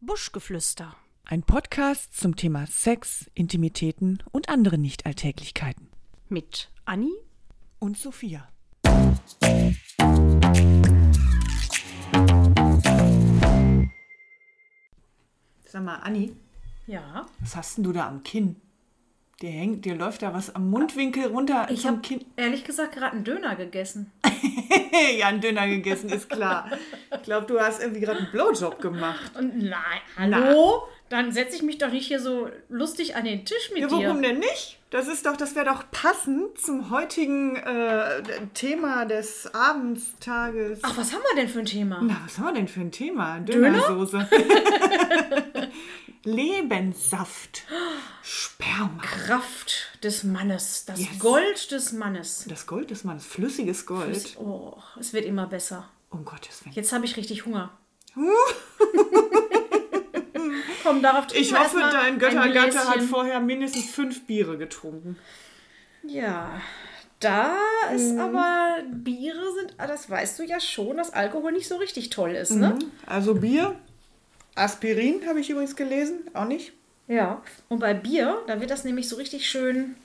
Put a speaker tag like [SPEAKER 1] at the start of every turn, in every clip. [SPEAKER 1] Buschgeflüster.
[SPEAKER 2] Ein Podcast zum Thema Sex, Intimitäten und andere Nichtalltäglichkeiten.
[SPEAKER 1] Mit Anni
[SPEAKER 2] Und Sophia. Sag mal, Anni,
[SPEAKER 1] Ja.
[SPEAKER 2] was hast denn du da am Kinn? Dir hängt, dir läuft da was am Mundwinkel runter
[SPEAKER 1] Ich
[SPEAKER 2] zum
[SPEAKER 1] habe
[SPEAKER 2] Kinn.
[SPEAKER 1] ehrlich gesagt gerade einen Döner gegessen.
[SPEAKER 2] ja, einen Döner gegessen, ist klar. Ich glaube, du hast irgendwie gerade einen Blowjob gemacht.
[SPEAKER 1] Und nein, hallo? Dann setze ich mich doch nicht hier so lustig an den Tisch mit
[SPEAKER 2] Ja,
[SPEAKER 1] dir.
[SPEAKER 2] warum denn nicht? Das ist doch, das wäre doch passend zum heutigen äh, Thema des Abends, Tages.
[SPEAKER 1] Ach, was haben wir denn für ein Thema?
[SPEAKER 2] Na, was haben wir denn für ein Thema? Dönersoße. Lebenssaft. Sperma.
[SPEAKER 1] Kraft des Mannes, das
[SPEAKER 2] Yes.
[SPEAKER 1] Gold des Mannes.
[SPEAKER 2] Das Gold des Mannes, flüssiges Gold.
[SPEAKER 1] Oh, es wird immer besser.
[SPEAKER 2] Um Gottes Willen.
[SPEAKER 1] Jetzt habe ich richtig Hunger. Komm, darauf trinken
[SPEAKER 2] Ich
[SPEAKER 1] wir
[SPEAKER 2] hoffe,
[SPEAKER 1] erstmal
[SPEAKER 2] dein
[SPEAKER 1] ein
[SPEAKER 2] Göttergatte hat
[SPEAKER 1] Gläschen.
[SPEAKER 2] vorher mindestens fünf Biere getrunken.
[SPEAKER 1] Ja, da ist aber Biere sind, ah, das weißt du ja schon, dass Alkohol nicht so richtig toll ist, ne?
[SPEAKER 2] Also Bier, Aspirin habe ich übrigens gelesen, auch nicht.
[SPEAKER 1] Ja. Und bei Bier, da wird das nämlich so richtig schön.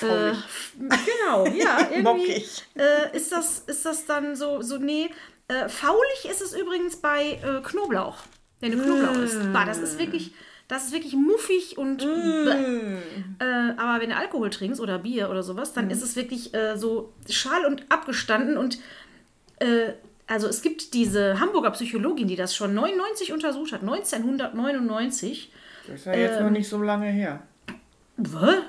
[SPEAKER 1] Äh, genau, ja, irgendwie
[SPEAKER 2] Bockig.
[SPEAKER 1] äh, ist, das, ist das dann so, so nee, äh, faulig ist es übrigens bei äh, Knoblauch, wenn du Knoblauch isst. Bah, das ist wirklich, das ist wirklich muffig und bäh. äh, aber wenn du Alkohol trinkst oder Bier oder sowas, dann ist es wirklich äh, so schal und abgestanden und äh, also es gibt diese Hamburger Psychologin, die das schon 99 untersucht hat, 1999.
[SPEAKER 2] Das ist ja jetzt
[SPEAKER 1] äh,
[SPEAKER 2] noch nicht so lange her.
[SPEAKER 1] Wö?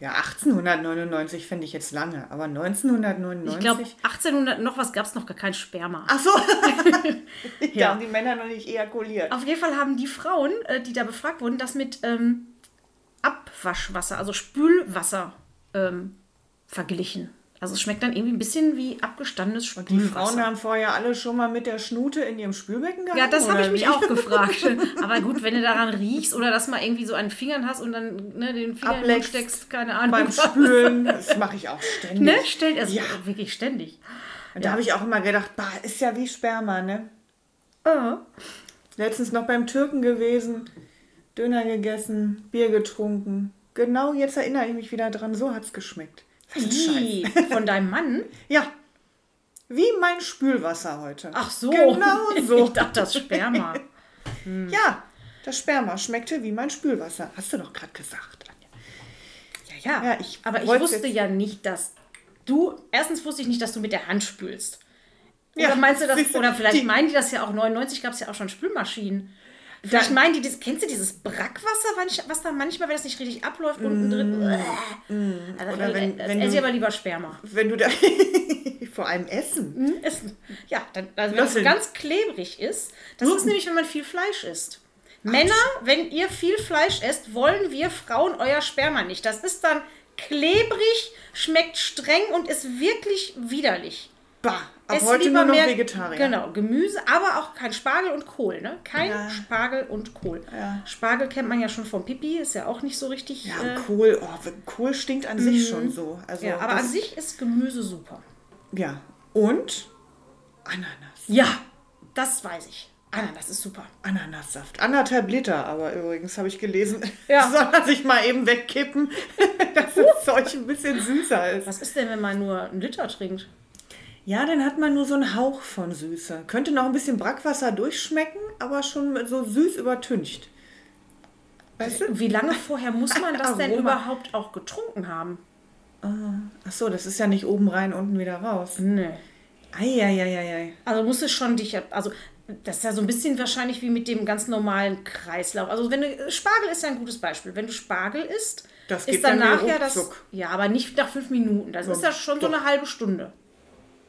[SPEAKER 2] Ja, 1899 finde ich jetzt lange, aber 1999.
[SPEAKER 1] Ich glaube, 1800 noch was gab es noch gar kein Sperma.
[SPEAKER 2] Ach so. Da haben die Männer noch nicht ejakuliert.
[SPEAKER 1] Auf jeden Fall haben die Frauen, äh, die da befragt wurden, das mit ähm, Abwaschwasser, also Spülwasser, ähm, verglichen. Also es schmeckt dann irgendwie ein bisschen wie abgestandenes
[SPEAKER 2] Die
[SPEAKER 1] Spülwasser.
[SPEAKER 2] Frauen haben vorher alle schon mal mit der Schnute in ihrem Spülbecken gehabt.
[SPEAKER 1] ja, das habe
[SPEAKER 2] oder
[SPEAKER 1] ich mich
[SPEAKER 2] wie?
[SPEAKER 1] auch gefragt. Aber gut, wenn du daran riechst oder das mal irgendwie so an den Fingern hast und dann ne, den Finger in den Mund
[SPEAKER 2] Ableckst
[SPEAKER 1] steckst, keine Ahnung.
[SPEAKER 2] beim Spülen. Das mache ich auch ständig.
[SPEAKER 1] ne? Stellt also
[SPEAKER 2] Ja.
[SPEAKER 1] wirklich ständig.
[SPEAKER 2] Und da habe ich auch immer gedacht, bah, ist ja wie Sperma, ne?
[SPEAKER 1] Äh.
[SPEAKER 2] Letztens noch beim Türken gewesen, Döner gegessen, Bier getrunken. Genau jetzt erinnere ich mich wieder dran, so hat's geschmeckt. Was ein Scheiß.
[SPEAKER 1] Ih, Von deinem Mann?
[SPEAKER 2] Ja. Wie mein Spülwasser heute.
[SPEAKER 1] Ach so.
[SPEAKER 2] Genau
[SPEAKER 1] Ich
[SPEAKER 2] so.
[SPEAKER 1] dachte, das Sperma.
[SPEAKER 2] ja, das Sperma schmeckte wie mein Spülwasser. Hast du doch gerade gesagt. Anja.
[SPEAKER 1] Ja,
[SPEAKER 2] Ja, ich
[SPEAKER 1] aber ich
[SPEAKER 2] wollte
[SPEAKER 1] wusste
[SPEAKER 2] jetzt-
[SPEAKER 1] ja nicht, dass du. Erstens wusste ich nicht, dass du mit der Hand spülst. Oder
[SPEAKER 2] Ja,
[SPEAKER 1] meinst du das?
[SPEAKER 2] siehst du,
[SPEAKER 1] Oder vielleicht
[SPEAKER 2] die-
[SPEAKER 1] meinen die das ja auch. 99 gab es ja auch schon Spülmaschinen. Vielleicht meinen die, das, kennst du dieses Brackwasser, manch- was da manchmal, wenn das nicht richtig abläuft, unten drin. Also,
[SPEAKER 2] Mm, Oder wenn-
[SPEAKER 1] äh,
[SPEAKER 2] wenn
[SPEAKER 1] esse ich
[SPEAKER 2] du-
[SPEAKER 1] aber lieber Sperma.
[SPEAKER 2] Wenn du da vor allem Essen.
[SPEAKER 1] Hm? Essen. Ja, dann, also wenn es
[SPEAKER 2] Löffeln.
[SPEAKER 1] ganz klebrig ist, das ist nämlich, wenn man viel Fleisch isst. Männer, wenn ihr viel Fleisch esst, wollen wir Frauen euer Sperma nicht. Das ist dann klebrig, schmeckt streng und ist wirklich widerlich.
[SPEAKER 2] Bah, ab
[SPEAKER 1] Esst
[SPEAKER 2] heute
[SPEAKER 1] lieber
[SPEAKER 2] nur noch
[SPEAKER 1] mehr-
[SPEAKER 2] Vegetarier.
[SPEAKER 1] Genau, Gemüse, aber auch kein Spargel und Kohl, ne? Kein
[SPEAKER 2] Ja.
[SPEAKER 1] Spargel und Kohl.
[SPEAKER 2] Ja.
[SPEAKER 1] Spargel kennt man ja schon vom Pipi, ist ja auch nicht so richtig.
[SPEAKER 2] Ja,
[SPEAKER 1] äh,
[SPEAKER 2] Kohl, oh, Kohl stinkt an sich schon so. Also
[SPEAKER 1] Mhm. ja aber
[SPEAKER 2] das,
[SPEAKER 1] an sich ist Gemüse super.
[SPEAKER 2] Ja. Und Ananas.
[SPEAKER 1] Ja, das weiß ich. Anna, das ist super.
[SPEAKER 2] Ananassaft. Anderthalb Liter, aber übrigens habe ich gelesen.
[SPEAKER 1] Ja. Uh.
[SPEAKER 2] Soll man sich mal eben wegkippen, dass das Zeug ein bisschen süßer ist.
[SPEAKER 1] Was ist denn, wenn man nur einen Liter trinkt?
[SPEAKER 2] Ja, dann hat man nur so einen Hauch von Süße. Könnte noch ein bisschen Brackwasser durchschmecken, aber schon so süß übertüncht. Weißt du?
[SPEAKER 1] Wie lange vorher muss man das denn
[SPEAKER 2] Aroma.
[SPEAKER 1] überhaupt auch getrunken haben?
[SPEAKER 2] Ach so, das ist ja nicht oben rein, unten wieder raus.
[SPEAKER 1] Nee.
[SPEAKER 2] Eieieiei.
[SPEAKER 1] Also muss es schon dich, also das ist ja so ein bisschen wahrscheinlich wie mit dem ganz normalen Kreislauf. Also wenn du, Spargel ist ja ein gutes Beispiel. Wenn du Spargel isst,
[SPEAKER 2] Das
[SPEAKER 1] ist
[SPEAKER 2] geht dann
[SPEAKER 1] danach
[SPEAKER 2] wieder
[SPEAKER 1] ja das,
[SPEAKER 2] ruckzuck.
[SPEAKER 1] ja, aber nicht nach fünf Minuten. Das ist ja schon so eine halbe Stunde,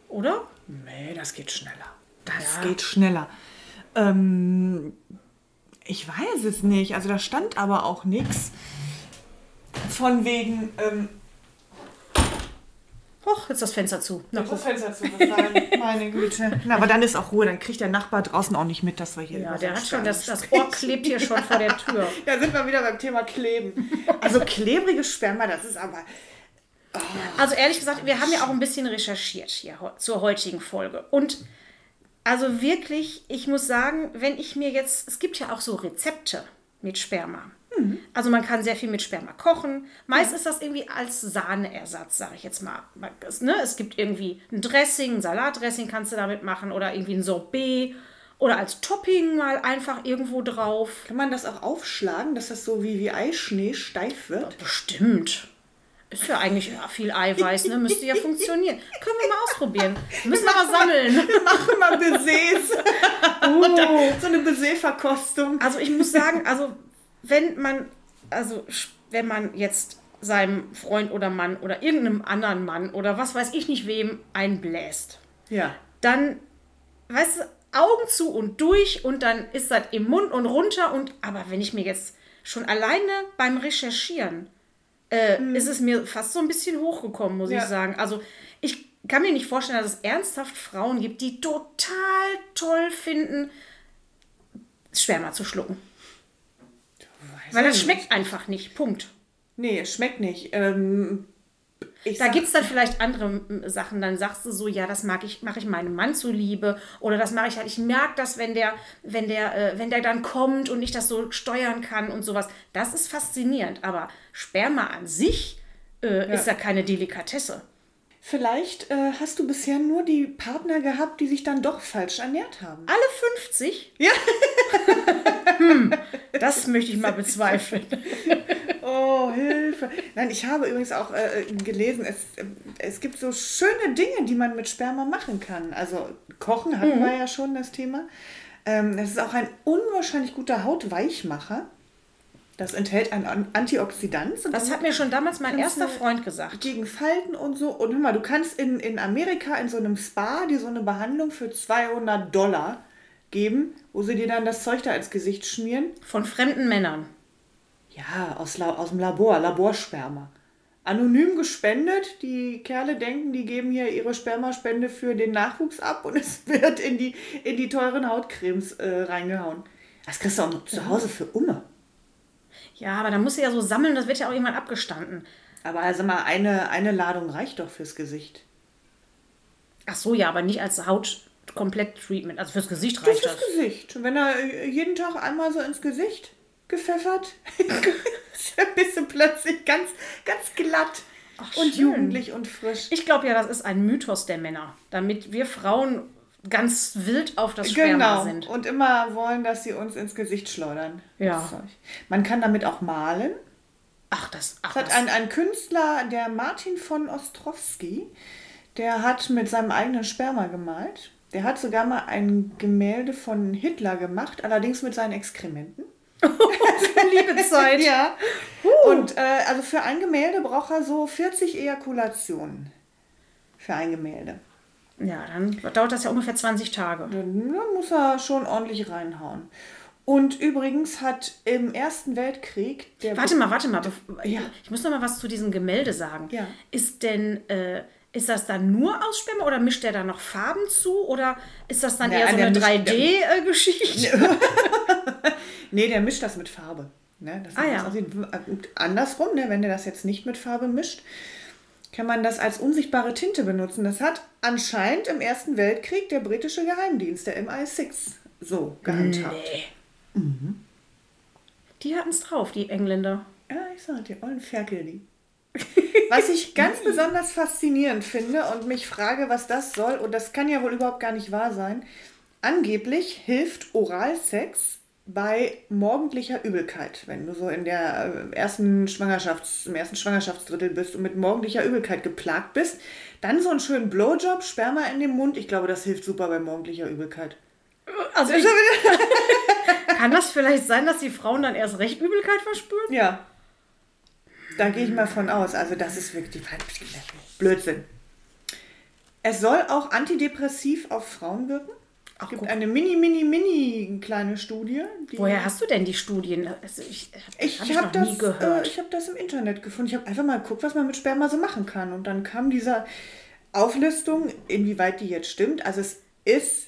[SPEAKER 1] oder?
[SPEAKER 2] Nee, das geht schneller. Das geht schneller. Ähm, ich weiß es nicht. Also da stand aber auch nichts von wegen. Ähm,
[SPEAKER 1] Hoch, jetzt das Fenster zu. Na, guck.
[SPEAKER 2] das Fenster zu befallen. Meine Güte. Na, aber dann ist auch Ruhe. Dann kriegt der Nachbar draußen auch nicht mit, dass wir hier.
[SPEAKER 1] ja,
[SPEAKER 2] über so
[SPEAKER 1] der hat schon,
[SPEAKER 2] Stein
[SPEAKER 1] das, das Ohr klebt hier schon vor der Tür.
[SPEAKER 2] Da sind wir wieder beim Thema Kleben. Also klebriges Sperma, das ist aber.
[SPEAKER 1] Also ehrlich gesagt, wir haben ja auch ein bisschen recherchiert hier heu- zur heutigen Folge. Und Also wirklich, ich muss sagen, wenn ich mir jetzt, es gibt ja auch so Rezepte mit Sperma. Also man kann sehr viel mit Sperma kochen. Meist ist das irgendwie als Sahneersatz, sage ich jetzt mal. Man- es, ne, es gibt irgendwie ein Dressing, ein Salatdressing kannst du damit machen oder irgendwie ein Sorbet oder als Topping mal einfach irgendwo drauf.
[SPEAKER 2] Kann man das auch aufschlagen, dass das so wie, wie Eischnee steif wird?
[SPEAKER 1] Bestimmt. Ist ja eigentlich ja, viel Eiweiß, ne? Müsste ja funktionieren. Können wir mal ausprobieren. Müssen aber sammeln.
[SPEAKER 2] Wir machen mal Baises. Und dann so eine Baiser-Verkostung.
[SPEAKER 1] Also ich muss sagen, also wenn man, also sch- wenn man jetzt seinem Freund oder Mann oder irgendeinem anderen Mann oder was weiß ich nicht wem einbläst,
[SPEAKER 2] Ja.
[SPEAKER 1] dann, weißt du, Augen zu und durch und dann ist das im Mund und runter und, aber wenn ich mir jetzt schon alleine beim Recherchieren, äh, ist es mir fast so ein bisschen hochgekommen, muss
[SPEAKER 2] Ja.
[SPEAKER 1] ich sagen. Also ich kann mir nicht vorstellen, dass es ernsthaft Frauen gibt, die total toll finden, Sperma zu schlucken. Weil das schmeckt einfach nicht. Punkt.
[SPEAKER 2] Nee, schmeckt nicht. Ähm, ich
[SPEAKER 1] Da
[SPEAKER 2] sag-
[SPEAKER 1] gibt es dann vielleicht andere m, Sachen. Dann sagst du so, ja, das mag ich, mache ich meinem Mann zuliebe. Oder das mache ich halt. Ich merke das, wenn der, wenn der, äh, wenn der dann kommt und ich das so steuern kann und sowas. Das ist faszinierend. Aber Sperma an sich äh, ist ja keine Delikatesse.
[SPEAKER 2] Vielleicht äh, hast du bisher nur die Partner gehabt, die sich dann doch falsch ernährt haben.
[SPEAKER 1] Alle 50? Ja. hm, das möchte ich mal bezweifeln.
[SPEAKER 2] Oh, Hilfe. Nein, ich habe übrigens auch äh, gelesen, es, äh, es gibt so schöne Dinge, die man mit Sperma machen kann. Also Kochen
[SPEAKER 1] Mhm.
[SPEAKER 2] hatten wir ja schon das Thema. Ähm, es ist auch ein unwahrscheinlich guter Hautweichmacher. Das enthält ein An- Antioxidant und
[SPEAKER 1] Das hat mir schon damals mein erster Freund gesagt.
[SPEAKER 2] gegen Falten und so. Und hör mal, du kannst in, in Amerika in so einem Spa dir so eine Behandlung für 200 Dollar geben, wo sie dir dann das Zeug da ins Gesicht schmieren.
[SPEAKER 1] Von fremden Männern.
[SPEAKER 2] Ja, aus, La aus dem Labor, Laborsperma. Anonym gespendet. Die Kerle denken, die geben hier ihre Spermaspende für den Nachwuchs ab und es wird in die, in die teuren Hautcremes äh, reingehauen. Das kriegst du auch zu
[SPEAKER 1] Mhm.
[SPEAKER 2] Hause für Umme.
[SPEAKER 1] Ja, aber da muss sie ja so sammeln, das wird ja auch irgendwann abgestanden.
[SPEAKER 2] Aber also mal, eine, eine Ladung reicht doch fürs Gesicht.
[SPEAKER 1] Ach so, ja, aber nicht als Haut-Komplett-Treatment. Also fürs Gesicht reicht das.
[SPEAKER 2] Fürs Gesicht. Und Wenn er äh, jeden Tag einmal so ins Gesicht gepfeffert, bist du plötzlich ganz, ganz glatt und
[SPEAKER 1] schön.
[SPEAKER 2] jugendlich und frisch.
[SPEAKER 1] Ich glaube ja, das ist ein Mythos der Männer, damit wir Frauen ganz wild auf das Sperma
[SPEAKER 2] Genau.
[SPEAKER 1] sind.
[SPEAKER 2] Und immer wollen, dass sie uns ins Gesicht schleudern.
[SPEAKER 1] Ja.
[SPEAKER 2] Das Zeug. Man kann damit auch malen.
[SPEAKER 1] Ach, das, ach,
[SPEAKER 2] Das
[SPEAKER 1] das,
[SPEAKER 2] hat ein, ein Künstler, der Martin von Ostrowski, der hat mit seinem eigenen Sperma gemalt. Der hat sogar mal ein Gemälde von Hitler gemacht, allerdings mit seinen Exkrementen.
[SPEAKER 1] liebe Zeit.
[SPEAKER 2] Ja. Und äh, also für ein Gemälde braucht er so 40 Ejakulationen. Für ein Gemälde.
[SPEAKER 1] Ja, dann dauert das ja ungefähr 20 Tage.
[SPEAKER 2] Dann muss er schon ordentlich reinhauen. Und übrigens hat im Ersten Weltkrieg der.
[SPEAKER 1] Warte mal, warte mal. bev-
[SPEAKER 2] Ja.
[SPEAKER 1] Ich muss noch mal was zu diesem Gemälde sagen.
[SPEAKER 2] Ja.
[SPEAKER 1] Ist denn, äh, ist das dann nur aus Sperma oder mischt der da noch Farben zu? Oder ist das dann
[SPEAKER 2] Na,
[SPEAKER 1] eher so
[SPEAKER 2] der
[SPEAKER 1] eine äh,
[SPEAKER 2] mischt-
[SPEAKER 1] 3D-Geschichte?
[SPEAKER 2] Nee, der mischt das mit Farbe. Ne? Das
[SPEAKER 1] Ah, ja.
[SPEAKER 2] das aussieht. Und andersrum, ne? wenn der das jetzt nicht mit Farbe mischt, kann man das als unsichtbare Tinte benutzen. Das hat anscheinend im Ersten Weltkrieg der britische Geheimdienst, der MI6, so gehandhabt.
[SPEAKER 1] Die hatten es drauf, die Engländer.
[SPEAKER 2] Ja, ich sag dir, ollen Ferkel, die. Was ich ganz besonders faszinierend finde und mich frage, was das soll, und das kann ja wohl überhaupt gar nicht wahr sein, angeblich hilft Oralsex bei morgendlicher Übelkeit, wenn du so in der äh, ersten Schwangerschafts-, im ersten Schwangerschaftsdrittel bist und mit morgendlicher Übelkeit geplagt bist, dann so einen schönen Blowjob, Sperma in den Mund, ich glaube, das hilft super bei morgendlicher Übelkeit.
[SPEAKER 1] Also ich, kann das vielleicht sein, dass die Frauen dann erst recht Übelkeit verspüren?
[SPEAKER 2] Ja. Da gehe ich mal von aus. Also das ist wirklich Blödsinn. Es soll auch antidepressiv auf Frauen wirken. Es gibt
[SPEAKER 1] guck.
[SPEAKER 2] eine mini, mini, mini kleine Studie. Die
[SPEAKER 1] Woher hast du denn die Studien? Also ich habe
[SPEAKER 2] ich
[SPEAKER 1] hab ich
[SPEAKER 2] habe
[SPEAKER 1] noch
[SPEAKER 2] das,
[SPEAKER 1] nie
[SPEAKER 2] äh,
[SPEAKER 1] gehört.
[SPEAKER 2] ich hab das im Internet gefunden. Ich habe einfach mal geguckt, was man mit Sperma so machen kann. Und dann kam diese Auflistung, inwieweit die jetzt stimmt. Also es ist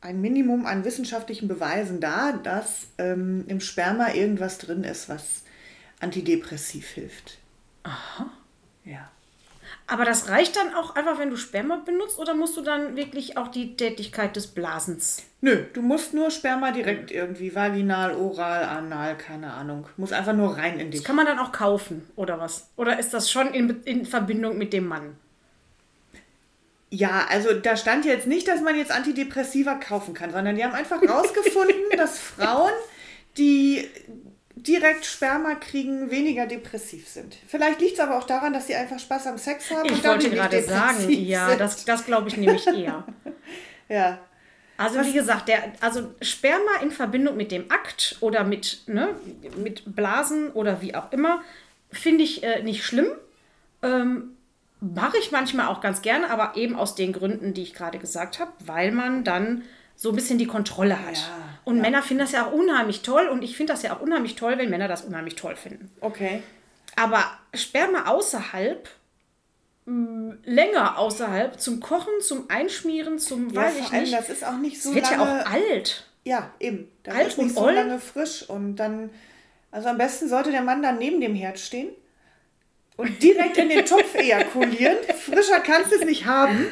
[SPEAKER 2] ein Minimum an wissenschaftlichen Beweisen da, dass ähm, im Sperma irgendwas drin ist, was antidepressiv hilft. Aha. Ja.
[SPEAKER 1] Aber das reicht dann auch einfach, wenn du Sperma benutzt oder musst du dann wirklich auch die Tätigkeit des Blasens?
[SPEAKER 2] Nö, du musst nur Sperma direkt irgendwie, vaginal, oral, anal, keine Ahnung. Muss einfach nur rein in dich.
[SPEAKER 1] Kann man dann auch kaufen oder was? Oder ist das schon in, in Verbindung mit dem Mann?
[SPEAKER 2] Ja, also da stand jetzt nicht, dass man jetzt Antidepressiva kaufen kann, sondern die haben einfach rausgefunden, dass Frauen, die direkt Sperma kriegen, weniger depressiv sind. Vielleicht liegt es aber auch daran, dass sie einfach Spaß am Sex haben
[SPEAKER 1] Ich
[SPEAKER 2] dadurch
[SPEAKER 1] wollte
[SPEAKER 2] nicht
[SPEAKER 1] gerade sagen,
[SPEAKER 2] depressiv
[SPEAKER 1] ja,
[SPEAKER 2] sind.
[SPEAKER 1] das, das glaube ich nämlich eher.
[SPEAKER 2] ja.
[SPEAKER 1] Also wie gesagt, der, also Sperma in Verbindung mit dem Akt oder mit, ne, mit Blasen oder wie auch immer, finde ich äh, nicht schlimm. Ähm, Mache ich manchmal auch ganz gerne, aber eben aus den Gründen, die ich gerade gesagt habe, weil man dann so ein bisschen die Kontrolle hat.
[SPEAKER 2] Ja,
[SPEAKER 1] und Männer finden das ja auch unheimlich toll und ich finde das ja auch unheimlich toll, wenn Männer das unheimlich toll finden.
[SPEAKER 2] Okay.
[SPEAKER 1] Aber Sperma außerhalb, m, länger außerhalb, zum Kochen, zum Einschmieren, zum
[SPEAKER 2] Ja,
[SPEAKER 1] weiß
[SPEAKER 2] vor
[SPEAKER 1] ich
[SPEAKER 2] allem,
[SPEAKER 1] nicht.
[SPEAKER 2] das ist auch nicht so
[SPEAKER 1] Wird
[SPEAKER 2] lange.
[SPEAKER 1] ja auch alt.
[SPEAKER 2] Ja, eben. Da
[SPEAKER 1] Alt
[SPEAKER 2] ist
[SPEAKER 1] und
[SPEAKER 2] nicht so
[SPEAKER 1] old.
[SPEAKER 2] lange frisch und dann, also am besten sollte der Mann dann neben dem Herd stehen und direkt in den Topf ejakulieren. Frischer kannst du es nicht haben.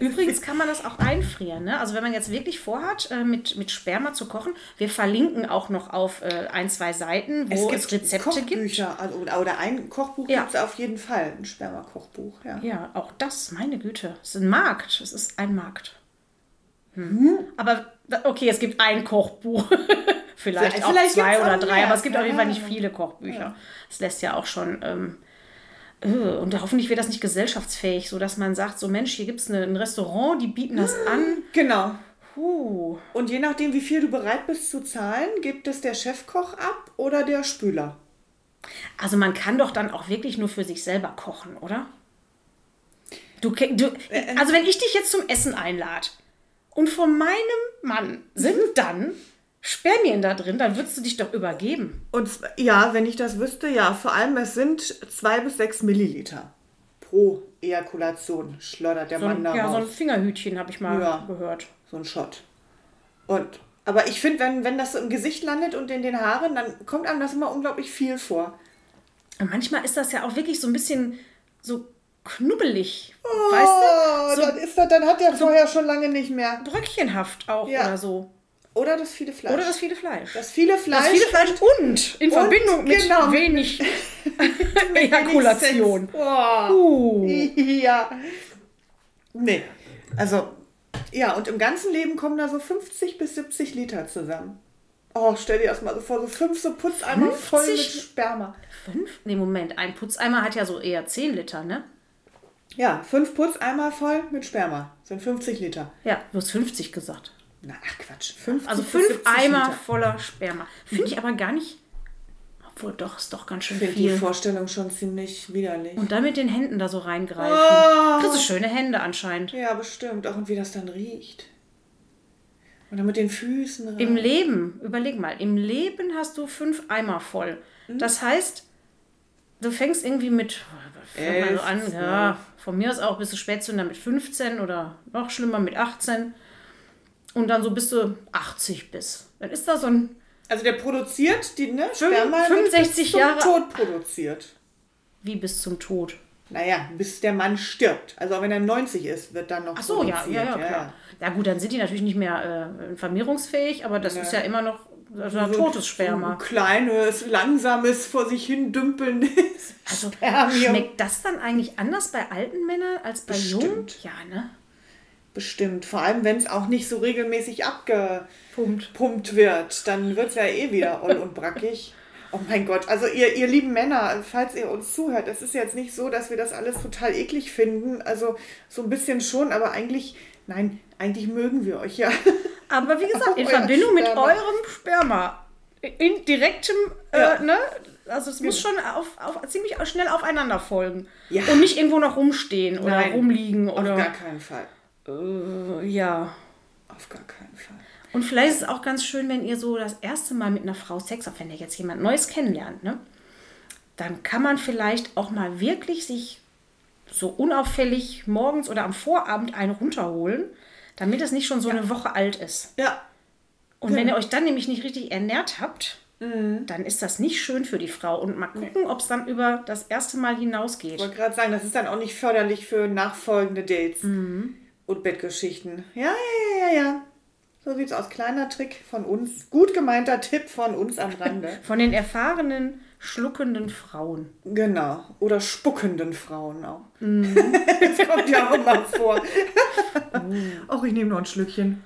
[SPEAKER 1] Übrigens kann man das auch einfrieren. Ne? Also wenn man jetzt wirklich vorhat, äh, mit, mit Sperma zu kochen, wir verlinken auch noch auf äh, ein, zwei Seiten, wo es, Rezepte gibt.
[SPEAKER 2] Kochbücher also- oder, oder ein Kochbuch
[SPEAKER 1] Ja.
[SPEAKER 2] gibt es auf jeden Fall, ein Sperma-Kochbuch. Ja.
[SPEAKER 1] Ja, auch das, meine Güte. Es ist ein Markt. Es ist ein Markt. Hm. Aber da- okay, es gibt ein Kochbuch. vielleicht,
[SPEAKER 2] Vielleicht-
[SPEAKER 1] auch
[SPEAKER 2] vielleicht
[SPEAKER 1] zwei
[SPEAKER 2] gibt's
[SPEAKER 1] oder
[SPEAKER 2] auch
[SPEAKER 1] drei,
[SPEAKER 2] mehr,
[SPEAKER 1] aber es gibt auf jeden Fall
[SPEAKER 2] keine
[SPEAKER 1] nicht viele Kochbücher. Das lässt ja auch schon. Ähm, äh, und hoffentlich wird das nicht gesellschaftsfähig, sodass man sagt, so Mensch, hier gibt es ein Restaurant, die bieten das an.
[SPEAKER 2] Genau.
[SPEAKER 1] Puh.
[SPEAKER 2] Und je nachdem, wie viel du bereit bist zu zahlen, gibt es der Chefkoch ab oder der Spüler.
[SPEAKER 1] Also man kann doch dann auch wirklich nur für sich selber kochen, oder? Du, ke- du,
[SPEAKER 2] Äh,
[SPEAKER 1] also wenn ich dich jetzt zum Essen einlade und von meinem Mann sind
[SPEAKER 2] Mhm.
[SPEAKER 1] dann Spermien da drin, dann würdest du dich doch übergeben.
[SPEAKER 2] Und z- ja, wenn ich das wüsste, ja, vor allem es sind zwei bis sechs Milliliter pro Ejakulation, schlottert der
[SPEAKER 1] So
[SPEAKER 2] Mann
[SPEAKER 1] ein,
[SPEAKER 2] da
[SPEAKER 1] ja, so ein
[SPEAKER 2] raus.
[SPEAKER 1] Fingerhütchen habe ich mal
[SPEAKER 2] Ja.
[SPEAKER 1] gehört.
[SPEAKER 2] so ein Shot. Und, aber ich finde, wenn, wenn das so im Gesicht landet und in den Haaren, dann kommt einem das immer unglaublich viel vor.
[SPEAKER 1] Und manchmal ist das ja auch wirklich so ein bisschen so knubbelig, weißt du? So
[SPEAKER 2] ist Oh, das, dann hat der vorher schon lange nicht mehr.
[SPEAKER 1] bröckchenhaft auch
[SPEAKER 2] Ja.
[SPEAKER 1] oder so.
[SPEAKER 2] Oder das viele Fleisch.
[SPEAKER 1] Oder das viele Fleisch.
[SPEAKER 2] das viele Fleisch.
[SPEAKER 1] Das viele Fleisch und in Verbindung mit
[SPEAKER 2] genau.
[SPEAKER 1] wenig Ejakulation.
[SPEAKER 2] Boah.
[SPEAKER 1] Uh.
[SPEAKER 2] Ja. Nee. Also, ja, und im ganzen Leben kommen da so 50 bis 70 Liter zusammen. Oh, stell dir das mal so vor, so fünf so Putzeimer voll mit
[SPEAKER 1] 50?
[SPEAKER 2] Sperma.
[SPEAKER 1] Fünf? Nee, Moment. Ein Putzeimer hat ja so eher 10 Liter, ne?
[SPEAKER 2] Ja, fünf Putzeimer voll mit Sperma. Sind 50 Liter.
[SPEAKER 1] Ja, du hast 50 gesagt.
[SPEAKER 2] Na, ach Quatsch. 50
[SPEAKER 1] Also
[SPEAKER 2] bis
[SPEAKER 1] fünf
[SPEAKER 2] 70
[SPEAKER 1] Eimer
[SPEAKER 2] Liter.
[SPEAKER 1] voller Sperma. Finde ich aber gar nicht. Obwohl, doch, ist doch ganz schön
[SPEAKER 2] Ich finde die
[SPEAKER 1] viel.
[SPEAKER 2] Vorstellung schon ziemlich widerlich.
[SPEAKER 1] Und dann mit den Händen da so reingreifen.
[SPEAKER 2] Oh.
[SPEAKER 1] Kriegst du schöne Hände anscheinend.
[SPEAKER 2] ja, bestimmt. Auch und wie das dann riecht. Und dann mit den Füßen. rein.
[SPEAKER 1] Im Leben, überleg mal, im Leben hast du fünf Eimer voll. Das heißt, du fängst irgendwie mit, fängt man so
[SPEAKER 2] Elf,
[SPEAKER 1] an, ja, von mir aus auch bist du Spätzünder mit 15 oder noch schlimmer mit 18. Und dann so bis du 80 bist. Dann ist da so ein,
[SPEAKER 2] Also der produziert die ne, Sperma wird
[SPEAKER 1] 65
[SPEAKER 2] bis zum
[SPEAKER 1] Jahre-
[SPEAKER 2] Tod produziert.
[SPEAKER 1] wie bis zum Tod.
[SPEAKER 2] Naja, bis der Mann stirbt. Also auch wenn er 90 ist, wird dann noch
[SPEAKER 1] Ach so, ja, ja, ja, klar. Ja gut, dann sind die natürlich nicht mehr äh, vermehrungsfähig, aber das
[SPEAKER 2] Ja.
[SPEAKER 1] ist ja immer noch also ein
[SPEAKER 2] So-
[SPEAKER 1] totes
[SPEAKER 2] So ein
[SPEAKER 1] Sperma.
[SPEAKER 2] kleines, langsames, vor sich hin dümpelndes
[SPEAKER 1] Also
[SPEAKER 2] Spermium.
[SPEAKER 1] schmeckt das dann eigentlich anders bei alten Männern als bei jungen?
[SPEAKER 2] Bestimmt.
[SPEAKER 1] Ja, ne?
[SPEAKER 2] Bestimmt. Vor allem, wenn es auch nicht so regelmäßig abgepumpt
[SPEAKER 1] Punkt.
[SPEAKER 2] wird, dann wird es ja eh wieder oll und brackig. Oh mein Gott, also ihr, ihr lieben Männer, falls ihr uns zuhört, es ist jetzt nicht so, dass wir das alles total eklig finden. Also so ein bisschen schon, aber eigentlich, nein, eigentlich mögen wir euch ja.
[SPEAKER 1] Aber wie gesagt, in
[SPEAKER 2] Euer
[SPEAKER 1] Verbindung mit
[SPEAKER 2] Sperma.
[SPEAKER 1] eurem Sperma. In direktem,
[SPEAKER 2] Ja.
[SPEAKER 1] äh, ne? Also es muss schon auf, auf, ziemlich schnell aufeinander folgen.
[SPEAKER 2] Ja.
[SPEAKER 1] Und nicht irgendwo noch rumstehen oder
[SPEAKER 2] Nein.
[SPEAKER 1] rumliegen
[SPEAKER 2] Auf gar
[SPEAKER 1] oder.
[SPEAKER 2] keinen Fall.
[SPEAKER 1] Äh, ja.
[SPEAKER 2] Auf gar keinen Fall.
[SPEAKER 1] Und vielleicht ist es auch ganz schön, wenn ihr so das erste Mal mit einer Frau Sex habt, wenn ihr jetzt jemand Neues kennenlernt, ne? Dann kann man vielleicht auch mal wirklich sich so unauffällig morgens oder am Vorabend einen runterholen, damit das nicht schon so eine Woche alt ist.
[SPEAKER 2] Ja, Genau.
[SPEAKER 1] Und wenn ihr euch dann nämlich nicht richtig ernährt habt,
[SPEAKER 2] Mhm.
[SPEAKER 1] dann ist das nicht schön für die Frau. Und mal gucken, ob es dann über das erste Mal
[SPEAKER 2] Ich
[SPEAKER 1] hinausgeht.
[SPEAKER 2] wollte gerade sagen, das ist dann auch nicht förderlich für nachfolgende Dates und Bettgeschichten. Ja, ja, ja, ja, ja. So sieht's aus. Kleiner Trick von uns. Gut gemeinter Tipp von uns am Rande.
[SPEAKER 1] Von den erfahrenen, schluckenden Frauen.
[SPEAKER 2] genau. Oder spuckenden Frauen auch. das kommt ja auch mal vor. Auch ich nehme noch ein Schlückchen.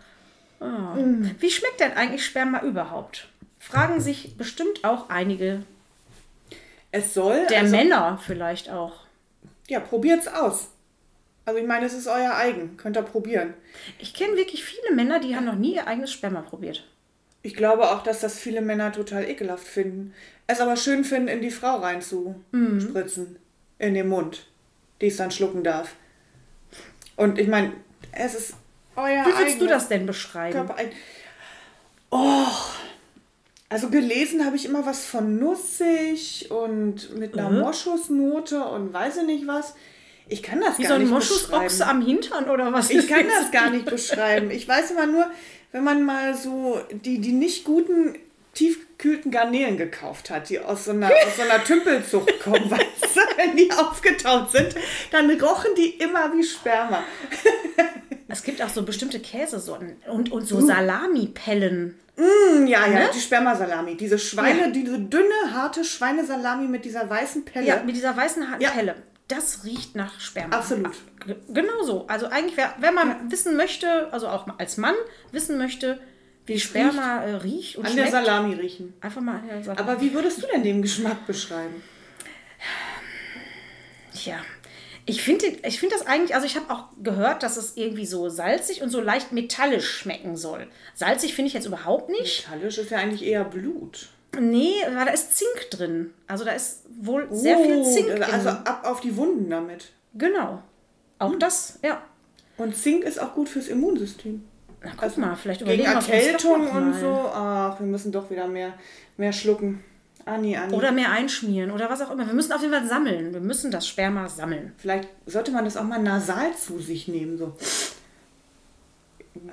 [SPEAKER 2] Mhm.
[SPEAKER 1] Wie schmeckt denn eigentlich Sperma überhaupt? Fragen sich bestimmt auch einige
[SPEAKER 2] Es soll.
[SPEAKER 1] der
[SPEAKER 2] also,
[SPEAKER 1] Männer vielleicht auch.
[SPEAKER 2] ja, probiert's aus. Also ich meine, es ist euer eigen. Könnt ihr probieren.
[SPEAKER 1] Ich kenne wirklich viele Männer, die haben noch nie ihr eigenes Sperma probiert.
[SPEAKER 2] Ich glaube auch, dass das viele Männer total ekelhaft finden. Es aber schön finden, in die Frau rein zu
[SPEAKER 1] Mhm.
[SPEAKER 2] spritzen. In den Mund. Die es dann schlucken darf. Und ich meine, es ist euer
[SPEAKER 1] Wie würdest du
[SPEAKER 2] eigenes
[SPEAKER 1] das denn beschreiben?
[SPEAKER 2] Körper ein. Oh. Also gelesen habe ich immer was von nussig und mit
[SPEAKER 1] Äh?
[SPEAKER 2] einer Moschusnote und weiß ich nicht was. Ich kann das
[SPEAKER 1] Wie
[SPEAKER 2] gar
[SPEAKER 1] so ein
[SPEAKER 2] nicht
[SPEAKER 1] Moschusochse
[SPEAKER 2] beschreiben.
[SPEAKER 1] am Hintern oder was?
[SPEAKER 2] Ich kann das gar nicht beschreiben. Ich weiß immer nur, wenn man mal so die, die nicht guten, tiefgekühlten Garnelen gekauft hat, die aus so einer, aus so einer Tümpelzucht kommen, weißt du, wenn die aufgetaut sind, dann rochen die immer wie Sperma.
[SPEAKER 1] Es gibt auch so bestimmte Käsesorten und, und
[SPEAKER 2] Mhm.
[SPEAKER 1] so Salamipellen.
[SPEAKER 2] Hm, Ja, ja,
[SPEAKER 1] ne?
[SPEAKER 2] die Spermasalami. Diese Schweine, diese dünne, harte Schweinesalami mit dieser weißen Pelle.
[SPEAKER 1] Ja, mit dieser weißen harten
[SPEAKER 2] Ja.
[SPEAKER 1] Pelle. Das riecht nach Sperma.
[SPEAKER 2] Absolut.
[SPEAKER 1] G- Genau so. Also eigentlich, wer, wenn man wissen möchte, also auch als Mann wissen möchte, wie Sperma äh, riecht und
[SPEAKER 2] An der
[SPEAKER 1] schmeckt,
[SPEAKER 2] Salami riechen.
[SPEAKER 1] einfach mal an der Salami.
[SPEAKER 2] Aber wie würdest du denn den Geschmack beschreiben?
[SPEAKER 1] Tja, ich finde ich find das eigentlich, also ich habe auch gehört, dass es irgendwie so salzig und so leicht metallisch schmecken soll. Salzig finde ich jetzt überhaupt nicht.
[SPEAKER 2] Metallisch ist ja eigentlich eher Blut.
[SPEAKER 1] Nee, weil da ist Zink drin. Also da ist wohl sehr viel
[SPEAKER 2] Oh,
[SPEAKER 1] Zink
[SPEAKER 2] Also Hm.
[SPEAKER 1] drin.
[SPEAKER 2] ab auf die Wunden damit.
[SPEAKER 1] Genau. Auch das, ja.
[SPEAKER 2] Und Zink ist auch gut fürs Immunsystem.
[SPEAKER 1] Na, guck mal, vielleicht
[SPEAKER 2] Also Gegen
[SPEAKER 1] überlegen wir uns das
[SPEAKER 2] Erkältung
[SPEAKER 1] doch
[SPEAKER 2] und
[SPEAKER 1] mal.
[SPEAKER 2] so. Ach, wir müssen doch wieder mehr, mehr schlucken. Anni, Anni.
[SPEAKER 1] Oder mehr einschmieren oder was auch immer. Wir müssen auf jeden Fall sammeln. Wir müssen das Sperma sammeln.
[SPEAKER 2] Vielleicht sollte man das auch mal nasal zu sich nehmen. So.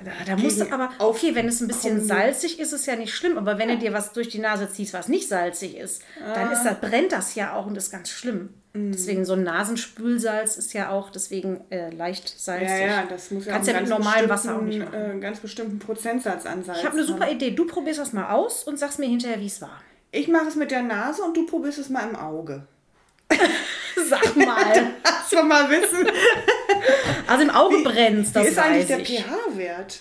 [SPEAKER 1] Da, da musst du
[SPEAKER 2] Gegen
[SPEAKER 1] aber, okay, wenn es ein bisschen
[SPEAKER 2] Aufkommen.
[SPEAKER 1] salzig ist, ist ja nicht schlimm. Aber wenn du dir was durch die Nase ziehst, was nicht salzig ist, dann
[SPEAKER 2] Ah.
[SPEAKER 1] ist das, brennt das ja auch und ist ganz schlimm.
[SPEAKER 2] Hm.
[SPEAKER 1] Deswegen so ein Nasenspülsalz ist ja auch deswegen äh, leicht salzig.
[SPEAKER 2] Ja, ja, das muss ja
[SPEAKER 1] Kannst
[SPEAKER 2] auch
[SPEAKER 1] ja
[SPEAKER 2] einen äh,
[SPEAKER 1] mit
[SPEAKER 2] ganz
[SPEAKER 1] normalem Wasser auch nicht
[SPEAKER 2] bestimmten,
[SPEAKER 1] machen.
[SPEAKER 2] äh, einen ganz bestimmten Prozentsatz an Salz.
[SPEAKER 1] Ich habe eine
[SPEAKER 2] haben.
[SPEAKER 1] super Idee. Du probierst das mal aus und sagst mir hinterher, wie es war.
[SPEAKER 2] Ich mache es mit der Nase und du probierst es mal im Auge.
[SPEAKER 1] Sag mal.
[SPEAKER 2] Dass wir mal wissen,
[SPEAKER 1] Also im Auge brennt das
[SPEAKER 2] wie ist eigentlich
[SPEAKER 1] weiß
[SPEAKER 2] der
[SPEAKER 1] ich.
[SPEAKER 2] pH-Wert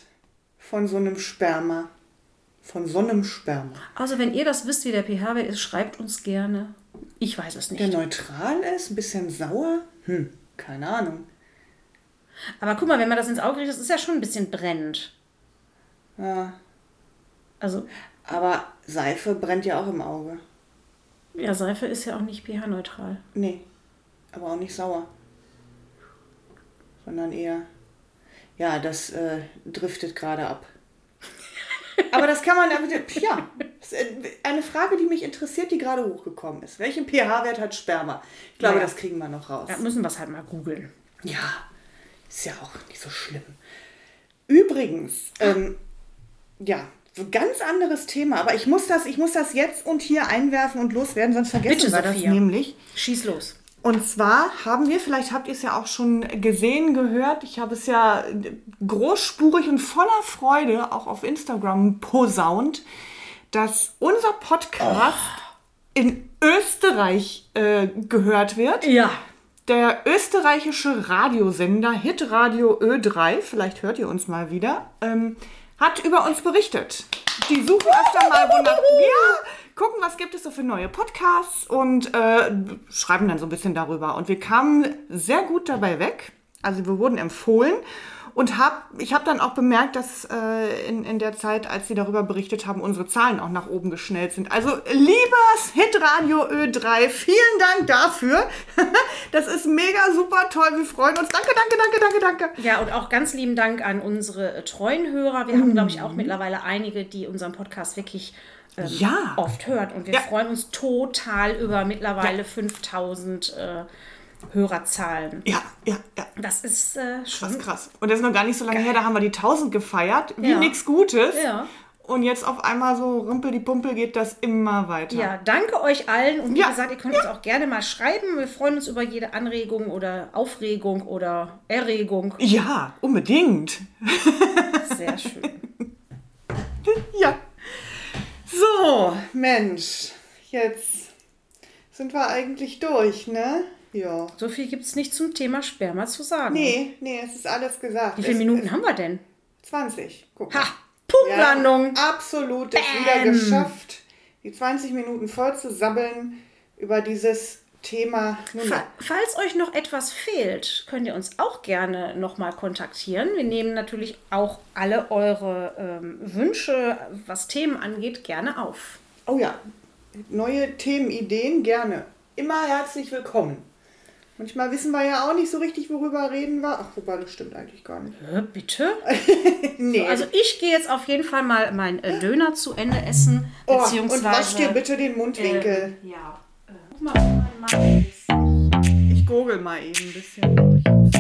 [SPEAKER 2] von so einem Sperma? Von so einem Sperma.
[SPEAKER 1] Also wenn ihr das wisst, wie der pH-Wert ist, schreibt uns gerne. Ich weiß es nicht.
[SPEAKER 2] Der neutral ist, ein bisschen sauer? Hm, keine Ahnung.
[SPEAKER 1] Aber guck mal, wenn man das ins Auge riecht, das ist ja schon ein bisschen brennend.
[SPEAKER 2] Ja.
[SPEAKER 1] Also,
[SPEAKER 2] Aber Seife brennt ja auch im Auge.
[SPEAKER 1] ja, Seife ist ja auch nicht pH-neutral.
[SPEAKER 2] Nee, aber auch nicht sauer. Sondern eher. Ja, das äh, driftet gerade ab. Aber das kann man damit. Ja, das ist äh, eine Frage, die mich interessiert, die gerade hochgekommen ist. Welchen pH-Wert hat Sperma? Ich glaube,
[SPEAKER 1] Naja.
[SPEAKER 2] das kriegen wir noch raus.
[SPEAKER 1] Da müssen wir es halt mal googeln.
[SPEAKER 2] Ja, ist ja auch nicht so schlimm. Übrigens,
[SPEAKER 1] Ah.
[SPEAKER 2] ähm, ja, so ganz anderes Thema, aber ich muss das, ich muss das jetzt und hier einwerfen und loswerden, sonst vergessen
[SPEAKER 1] Bitte,
[SPEAKER 2] wir
[SPEAKER 1] Sophia.
[SPEAKER 2] das nämlich.
[SPEAKER 1] Schieß los.
[SPEAKER 2] Und zwar haben wir, vielleicht habt ihr es ja auch schon gesehen, gehört, ich habe es ja großspurig und voller Freude auch auf Instagram posaunt, dass unser Podcast
[SPEAKER 1] Oh.
[SPEAKER 2] in Österreich äh, gehört wird.
[SPEAKER 1] Ja.
[SPEAKER 2] Der österreichische Radiosender Hitradio Ö3, vielleicht hört ihr uns mal wieder, ähm, hat über uns berichtet. Die suchen öfter mal wonach. Ja, gucken, was gibt es so für neue Podcasts und äh, schreiben dann so ein bisschen darüber. Und wir kamen sehr gut dabei weg. Also wir wurden empfohlen. Und hab, ich habe dann auch bemerkt, dass äh, in, in der Zeit, als sie darüber berichtet haben, unsere Zahlen auch nach oben geschnellt sind. Also liebes Hitradio Ö3, vielen Dank dafür. das ist mega super toll. Wir freuen uns. Danke, danke, danke, danke, danke.
[SPEAKER 1] Ja, und auch ganz lieben Dank an unsere äh, treuen Hörer. Wir haben, glaube ich,
[SPEAKER 2] Mhm.
[SPEAKER 1] auch mittlerweile einige, die unseren Podcast wirklich ähm,
[SPEAKER 2] Ja.
[SPEAKER 1] oft hören. Und wir freuen uns total über mittlerweile 5000 äh, Hörerzahlen.
[SPEAKER 2] Ja, ja, ja.
[SPEAKER 1] Das ist äh,
[SPEAKER 2] Das
[SPEAKER 1] schon
[SPEAKER 2] ist krass. Und das ist noch gar nicht so lange her, da haben wir die 1000 gefeiert. Wie
[SPEAKER 1] Ja.
[SPEAKER 2] nix Gutes.
[SPEAKER 1] Ja.
[SPEAKER 2] Und jetzt auf einmal so rumpel die Pumpel geht das immer weiter.
[SPEAKER 1] Ja, danke euch allen. Und wie
[SPEAKER 2] Ja.
[SPEAKER 1] gesagt, ihr könnt uns auch gerne mal schreiben. Wir freuen uns über jede Anregung oder Aufregung oder Erregung.
[SPEAKER 2] Ja, unbedingt.
[SPEAKER 1] Sehr schön.
[SPEAKER 2] Ja. So, Mensch, jetzt sind wir eigentlich durch, ne? Ja.
[SPEAKER 1] So viel gibt es nicht zum Thema Sperma zu sagen.
[SPEAKER 2] Nee, nee, es ist alles gesagt.
[SPEAKER 1] Wie viele
[SPEAKER 2] es,
[SPEAKER 1] Minuten haben wir denn?
[SPEAKER 2] 20. Guck. mal.
[SPEAKER 1] Ha! Punktlandung!
[SPEAKER 2] Ja, absolut, es wieder geschafft, die 20 Minuten voll zu sabbeln über dieses Thema. Nun,
[SPEAKER 1] Fa- Falls euch noch etwas fehlt, könnt ihr uns auch gerne nochmal kontaktieren. Wir nehmen natürlich auch alle eure ähm, Wünsche, was Themen angeht, gerne auf.
[SPEAKER 2] oh ja, neue Themenideen gerne. Immer herzlich willkommen. Manchmal wissen wir ja auch nicht so richtig, worüber reden wir. Ach, wobei, das stimmt eigentlich gar nicht.
[SPEAKER 1] Äh, bitte?
[SPEAKER 2] Nee.
[SPEAKER 1] Also ich gehe jetzt auf jeden Fall mal meinen äh, Döner zu Ende essen,
[SPEAKER 2] oh, und
[SPEAKER 1] beziehungsweise...
[SPEAKER 2] wasch dir bitte den
[SPEAKER 1] äh,
[SPEAKER 2] Mundwinkel.
[SPEAKER 1] Ja. Äh, guck mal, ob mein Mann ist.
[SPEAKER 2] Ich gurgel mal eben ein bisschen.